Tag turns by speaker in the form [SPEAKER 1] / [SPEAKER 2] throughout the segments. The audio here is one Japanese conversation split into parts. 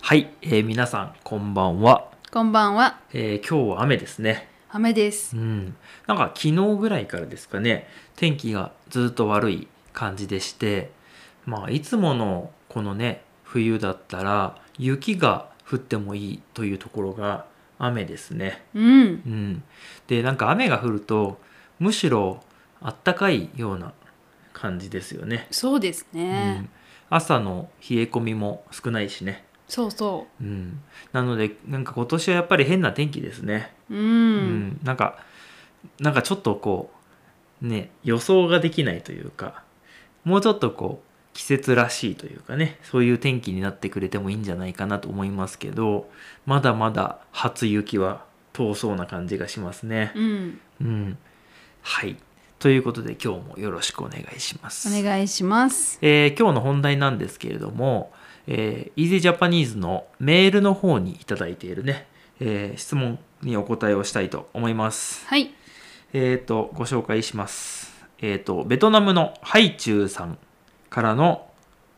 [SPEAKER 1] はい、えー皆さんこんばんは、
[SPEAKER 2] こんばんは、
[SPEAKER 1] えー今日は雨ですね
[SPEAKER 2] 雨です
[SPEAKER 1] う。んなんか昨日ぐらいからですかね天気がずっと悪い感じでしてまあいつものこのね冬だったら雪が降ってもいいというところが雨ですね
[SPEAKER 2] うん、
[SPEAKER 1] うん、でなんか雨が降るとむしろあったかいような感じですよね、
[SPEAKER 2] そうです
[SPEAKER 1] う
[SPEAKER 2] ね。
[SPEAKER 1] ん、朝の冷え込みも少ないしね、
[SPEAKER 2] そうそ
[SPEAKER 1] うん、なのでなんか今年はやっぱり変な天気ですね、
[SPEAKER 2] う。う、
[SPEAKER 1] うんなんかなんかちょっとこうね予想ができないというかもうちょっとこう季節らしいというかねそういう天気になってくれてもいいんじゃないかなと思いますけどまだまだ初雪は遠そうな感じがしますね。
[SPEAKER 2] うん、
[SPEAKER 1] うん。はい。ということで今日もよろしくお願いします。
[SPEAKER 2] お願いします。
[SPEAKER 1] えー今日の本題なんですけれども、えー、Easy Japanese のメールの方にいただいているね、えー質問にお答えをしたいと思います。
[SPEAKER 2] はい、
[SPEAKER 1] えっ、と、ご紹介します。えっ、と、ベトナムのハイチュウさんからの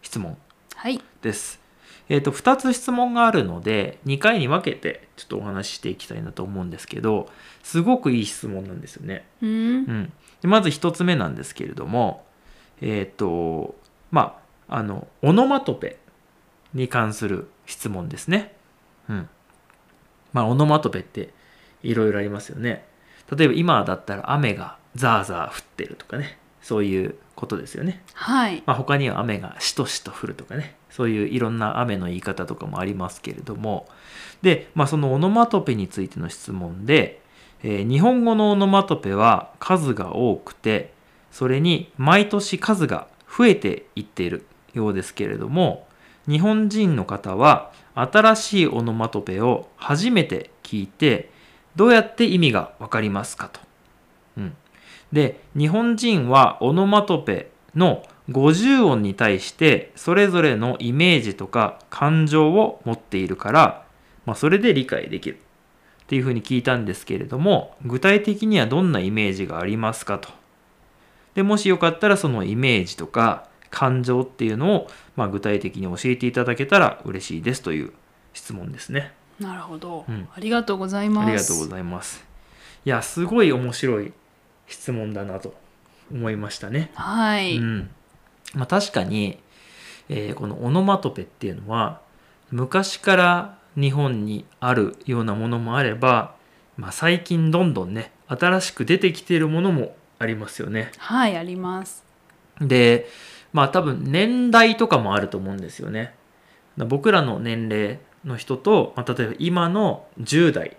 [SPEAKER 1] 質問
[SPEAKER 2] はい、
[SPEAKER 1] です。えっ、と、2つ質問があるので、2回に分けてちょっとお話ししていきたいなと思うんですけど、すごくいい質問なんですよね。
[SPEAKER 2] う、
[SPEAKER 1] うんん、でまず一つ目なんですけれどもえっ、とまああのオノマトペに関する質問ですね。うん、まあオノマトペっていろいろありますよね。例えば今だったら雨がザーザー降ってるとかねそういうことですよね。
[SPEAKER 2] はい、
[SPEAKER 1] まあ、他には雨がしとしと降るとかねそういういろんな雨の言い方とかもありますけれどもで、まあ、そのオノマトペについての質問で、えー日本語のオノマトペは数が多くてそれに毎年数が増えていっているようですけれども日本人の方は新しいオノマトペを初めて聞いてどうやって意味がわかりますかと。うん、で日本人はオノマトペの50音に対してそれぞれのイメージとか感情を持っているから、まあ、それで理解できるっていうふうに聞いたんですけれども具体的にはどんなイメージがありますかとでもしよかったらそのイメージとか感情っていうのを、まあ、具体的に教えていただけたら嬉しいですという質問ですね。
[SPEAKER 2] なるほど、
[SPEAKER 1] うん
[SPEAKER 2] ありがとうございます。
[SPEAKER 1] ありがとうございます。いや、すごい面白い質問だなと思いましたね。
[SPEAKER 2] はい、
[SPEAKER 1] うんまあ、確かに、えーこのオノマトペっていうのは昔から日本にあるようなものもあれば、まあ、最近どんどんね新しく出てきているものもありますよね。
[SPEAKER 2] はい、あります。
[SPEAKER 1] でまあ多分年代とかもあると思うんですよね。僕らの年齢の人と、まあ、例えば今の10代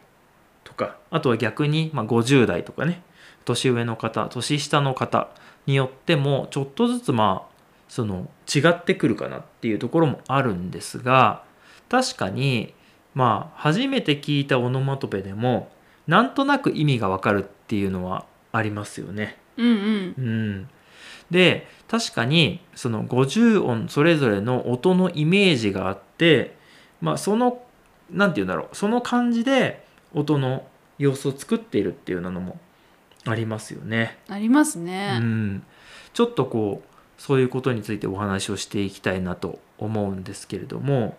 [SPEAKER 1] とかあとは逆にまあ50代とかね年上の方年下の方によってもちょっとずつまあその違ってくるかなっていうところもあるんですが確かにまあ初めて聞いたオノマトペでもなんとなく意味がわかるっていうのはありますよね。
[SPEAKER 2] うん、うん
[SPEAKER 1] う、ん、で確かにその50音それぞれの音のイメージがあって、まあ、その何て言うんだろうその感じで音の様子を作っているっていうのもありますよね。
[SPEAKER 2] あります
[SPEAKER 1] う
[SPEAKER 2] ね。
[SPEAKER 1] ん、ちょっとこうそういうことについてお話をしていきたいなと思うんですけれども、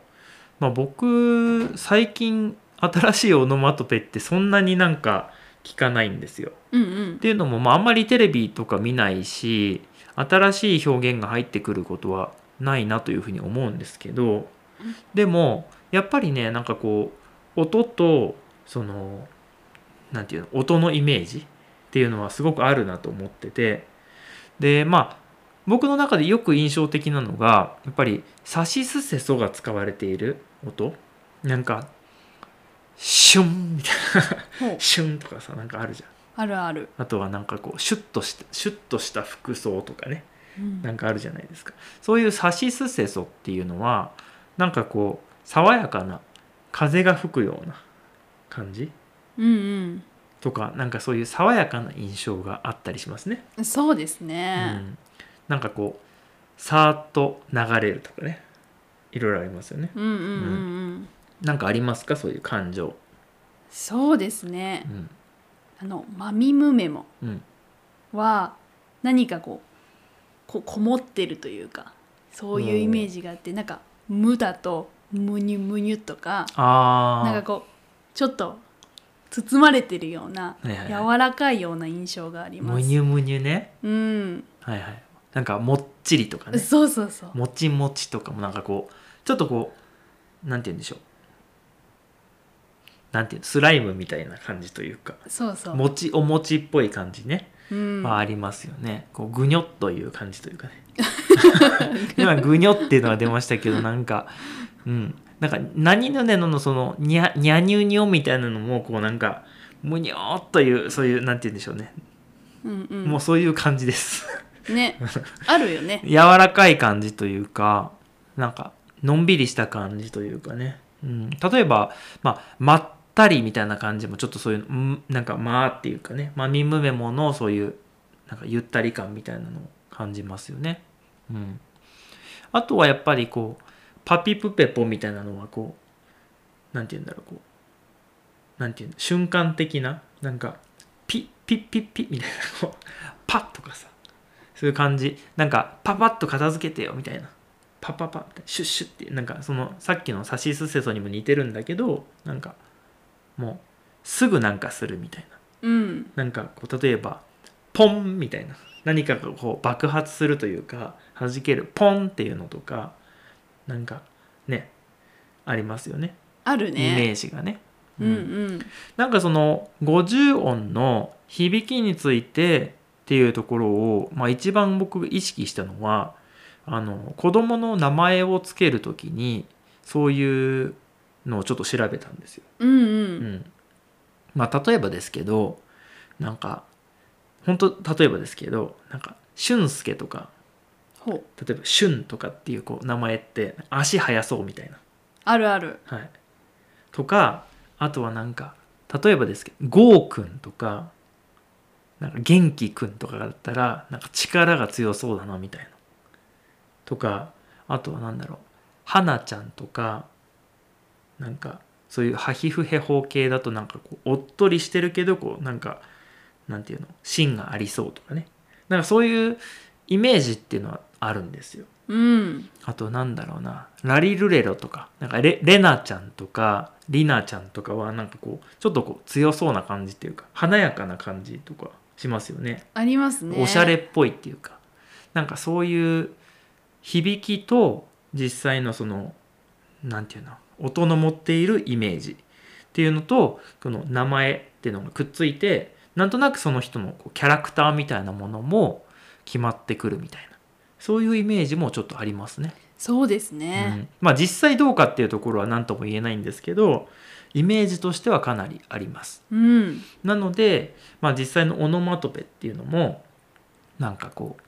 [SPEAKER 1] まあ、僕最近新しいオノマトペってそんなになんか聞かないんですよ。
[SPEAKER 2] うん、
[SPEAKER 1] っていうのも、まあ、あんまりテレビとか見ないし新しい表現が入ってくることはないなというふうに思うんですけどでもやっぱりねなんかこう音とそのなんていうの音のイメージっていうのはすごくあるなと思っててでまあ僕の中でよく印象的なのがやっぱり「さしすせそ」が使われている音なんか「シュン」みたい
[SPEAKER 2] うん、ほう
[SPEAKER 1] な「シュン」とかさなんかあるじゃん。
[SPEAKER 2] あるある。
[SPEAKER 1] あとはなんかこうシュッとしたシュッとした服装とかね
[SPEAKER 2] うん
[SPEAKER 1] なんかあるじゃないですかそういう「さしすせそ」っていうのはなんかこう爽やかな風が吹くような感じ
[SPEAKER 2] うん、
[SPEAKER 1] とかなんかそういう爽やかな印象があったりしますね、
[SPEAKER 2] うん、そうです
[SPEAKER 1] う
[SPEAKER 2] ね。
[SPEAKER 1] ん、なんかこうさーっと流れるとかねいろいろありますよね
[SPEAKER 2] うん、うん、うん、うん、
[SPEAKER 1] なんかありますかそういう感情
[SPEAKER 2] そうですね
[SPEAKER 1] う。ん
[SPEAKER 2] あの、マミムメモ。
[SPEAKER 1] うん
[SPEAKER 2] は何かこうここもってるというかそういうイメージがあってなんか無だとむにゅむにゅとか
[SPEAKER 1] あ
[SPEAKER 2] なん
[SPEAKER 1] あ
[SPEAKER 2] かこうちょっと包まれてるような、
[SPEAKER 1] はいはい
[SPEAKER 2] 柔らかいような印象がありま
[SPEAKER 1] む
[SPEAKER 2] す。
[SPEAKER 1] にゅむにゅね
[SPEAKER 2] うん、
[SPEAKER 1] はいはいなんかもっちりとかね
[SPEAKER 2] そうそうそう。
[SPEAKER 1] もちもちとかもなんかこうちょっとこうなんて言うんでしょうなんていうのスライムみたいな感じというか
[SPEAKER 2] そうそう。
[SPEAKER 1] もちお餅っぽい感じね、
[SPEAKER 2] うん、
[SPEAKER 1] まあありますよねこうぐにょっという感じと いうかね今ぐにょっていうのが出ましたけどなんかうんなんか何々ののそのにゃにゃにゅにょみたいなのもこうなんかむにょーっというそういうなんて言うんでしょうね、
[SPEAKER 2] うんうん、
[SPEAKER 1] もうそういう感じです
[SPEAKER 2] ね、あるよね。
[SPEAKER 1] 柔らかい感じというかなんかのんびりした感じというかね、うん、例えば、まあ、まったりみたいな感じもちょっとそういうんなんか「まあ」っていうかね「まみむめも」のそういうなんかゆったり感みたいなのを感じますよね。うん、あとはやっぱりこう「パピプペポ」みたいなのはこうなんて言うんだろうこうなんて言うの瞬間的ななんかピッピッピッピッみたいなこうパッとかさそういう感じなんかパパッと片付けてよみたいなパパパみたいなシュッシュッってなんかそのさっきの「さしすせそ」にも似てるんだけどなんかもうすぐなんかするみたいな
[SPEAKER 2] うん、
[SPEAKER 1] なんかこう例えばポンみたいな何かがこう爆発するというか弾けるポンっていうのとかなんかねありますよね
[SPEAKER 2] ある
[SPEAKER 1] イメ
[SPEAKER 2] ね。
[SPEAKER 1] ージがね。
[SPEAKER 2] うんうん、
[SPEAKER 1] なんかその50音の響きについてっていうところを、まあ、一番僕意識したのはあの子供の名前をつけるときにそういうのをちょっと調べたんですよ。
[SPEAKER 2] うん
[SPEAKER 1] う
[SPEAKER 2] うん、
[SPEAKER 1] んまあ、例えばですけどなんか本当例えばですけどなんか俊介とか
[SPEAKER 2] ほう、
[SPEAKER 1] 例えば俊とかっていうこう名前って足速そうみたいな。
[SPEAKER 2] あるある。
[SPEAKER 1] はい、とかあとはなんか例えばですけどゴーくんとかなんか元気くんとかだったらなんか力が強そうだなみたいなとかあとはなんだろうはなちゃんとかなんかそういうハヒフヘホー系だとなんかこうおっとりしてるけどこうなんかなんていうの芯がありそうとかねなんかそういうイメージっていうのはあるんですよ。
[SPEAKER 2] うん、
[SPEAKER 1] あとなんだろうな、ラリルレロとか、なんかレレナちゃんとか、リナちゃんとかはなんかこう、ちょっとこう強そうな感じっていうか、華やかな感じとかしますよね。
[SPEAKER 2] ありますね。
[SPEAKER 1] おしゃれっ。ぽいっていうか、なんかそういう響きと実際のその、なんていうの、音の持っているイメージっていうのと、この名前っていうのがくっついて、なんとなくその人のこうキャラクターみたいなものも決まってくるみたいな、そういうイメージもちょっとありますね。
[SPEAKER 2] そうで
[SPEAKER 1] う
[SPEAKER 2] すね。
[SPEAKER 1] んまあ実際どうかっていうところは何とも言えないんですけどイメージとしてはかなりあります
[SPEAKER 2] うん、
[SPEAKER 1] なので、まあ、実際のオノマトペっていうのもなんかこう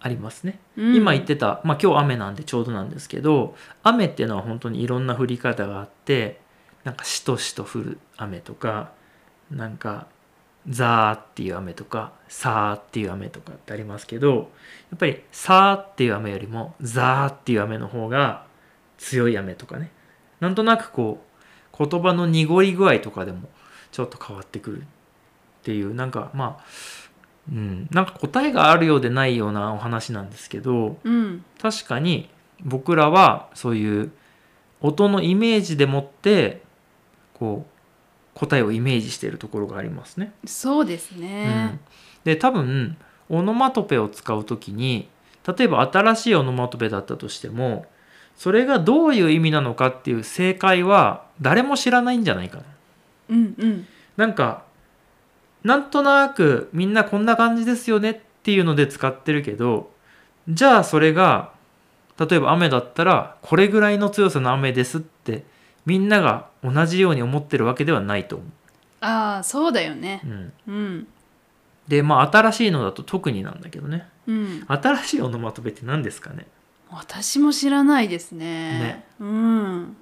[SPEAKER 1] ありますね、
[SPEAKER 2] うん
[SPEAKER 1] 今言ってた、まあ、今日雨なんでちょうどなんですけど雨っていうのは本当にいろんな降り方があってなんかしとしと降る雨とかなんかザーっていう雨とかさーっていう雨とかってありますけどやっぱりさーっていう雨よりもザーっていう雨の方が強い雨とかねなんとなくこう言葉の濁り具合とかでもちょっと変わってくるっていうなんかまあうんなんか答えがあるようでないようなお話なんですけど
[SPEAKER 2] うん、
[SPEAKER 1] 確かに僕らはそういう音のイメージでもってこう答えをイメージしているところがありますね。
[SPEAKER 2] そうです
[SPEAKER 1] うん
[SPEAKER 2] ね。、
[SPEAKER 1] で多分オノマトペを使う時に例えば新しいオノマトペだったとしてもそれがどういう意味なのかっていう正解は誰も知らないんじゃないかな。
[SPEAKER 2] うん、うん、
[SPEAKER 1] なんかなんとなくみんなこんな感じですよねっていうので使ってるけどじゃあそれが例えば雨だったらこれぐらいの強さの雨ですってみんなが同じように思ってるわけではないと思
[SPEAKER 2] ああ、そうだよね
[SPEAKER 1] う。。うん、
[SPEAKER 2] うん、
[SPEAKER 1] でまあ新しいのだと特になんだけどね
[SPEAKER 2] うん、
[SPEAKER 1] 新しいオノマトペって何ですかね
[SPEAKER 2] 私も知らないですね。
[SPEAKER 1] ね
[SPEAKER 2] うん、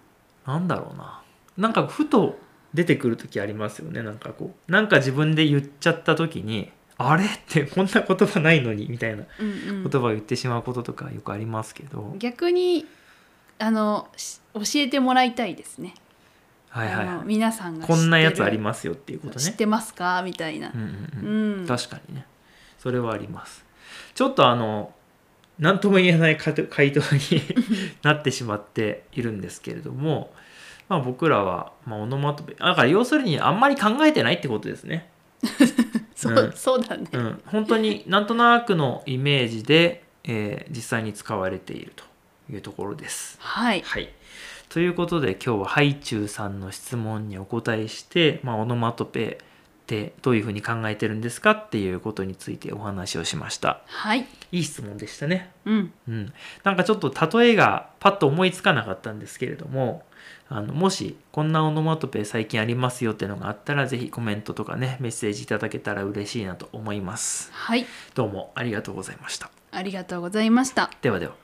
[SPEAKER 1] なんだろうななんかふと出てくる時ありますよねなんかこうなんか自分で言っちゃった時にあれってこんな言葉ないのにみたいな
[SPEAKER 2] うん、うん。
[SPEAKER 1] 言葉を言ってしまうこととかよくありますけど、
[SPEAKER 2] 逆にあのし教えてもらいたいですね。
[SPEAKER 1] はいはい
[SPEAKER 2] あの
[SPEAKER 1] は
[SPEAKER 2] 皆さん
[SPEAKER 1] い
[SPEAKER 2] が
[SPEAKER 1] こんなやつあり
[SPEAKER 2] ま
[SPEAKER 1] ますよっていうこと
[SPEAKER 2] 知っ
[SPEAKER 1] ね、
[SPEAKER 2] てますかみたいな
[SPEAKER 1] う。んうん
[SPEAKER 2] う
[SPEAKER 1] うん
[SPEAKER 2] ん。
[SPEAKER 1] 確かにねそれはありますちょっとあの何とも言えない回答回答に なってしまっているんですけれども、まあ、僕らは、まあ、オノマトペだから要するにあんまり考えてないってことですね。
[SPEAKER 2] そう、
[SPEAKER 1] うん
[SPEAKER 2] そうだね、
[SPEAKER 1] うん、本当 になんとなくのイメージで、えー実際に使われているというところです。
[SPEAKER 2] はい
[SPEAKER 1] はい、ということで今日はハイチュウさんの質問にお答えして、まあ、オノマトペってどういうふうに考えてるんですかっていうことについてお話をしました。
[SPEAKER 2] はい
[SPEAKER 1] いい質問でしたね。
[SPEAKER 2] うん
[SPEAKER 1] うん、なんかちょっと例えがパッと思いつかなかったんですけれどもあのもしこんなオノマトペ最近ありますよってのがあったらぜひコメントとかねメッセージいただけたら嬉しいなと思います
[SPEAKER 2] はい
[SPEAKER 1] どうもありがとうございました
[SPEAKER 2] ありがとうございました
[SPEAKER 1] ではでは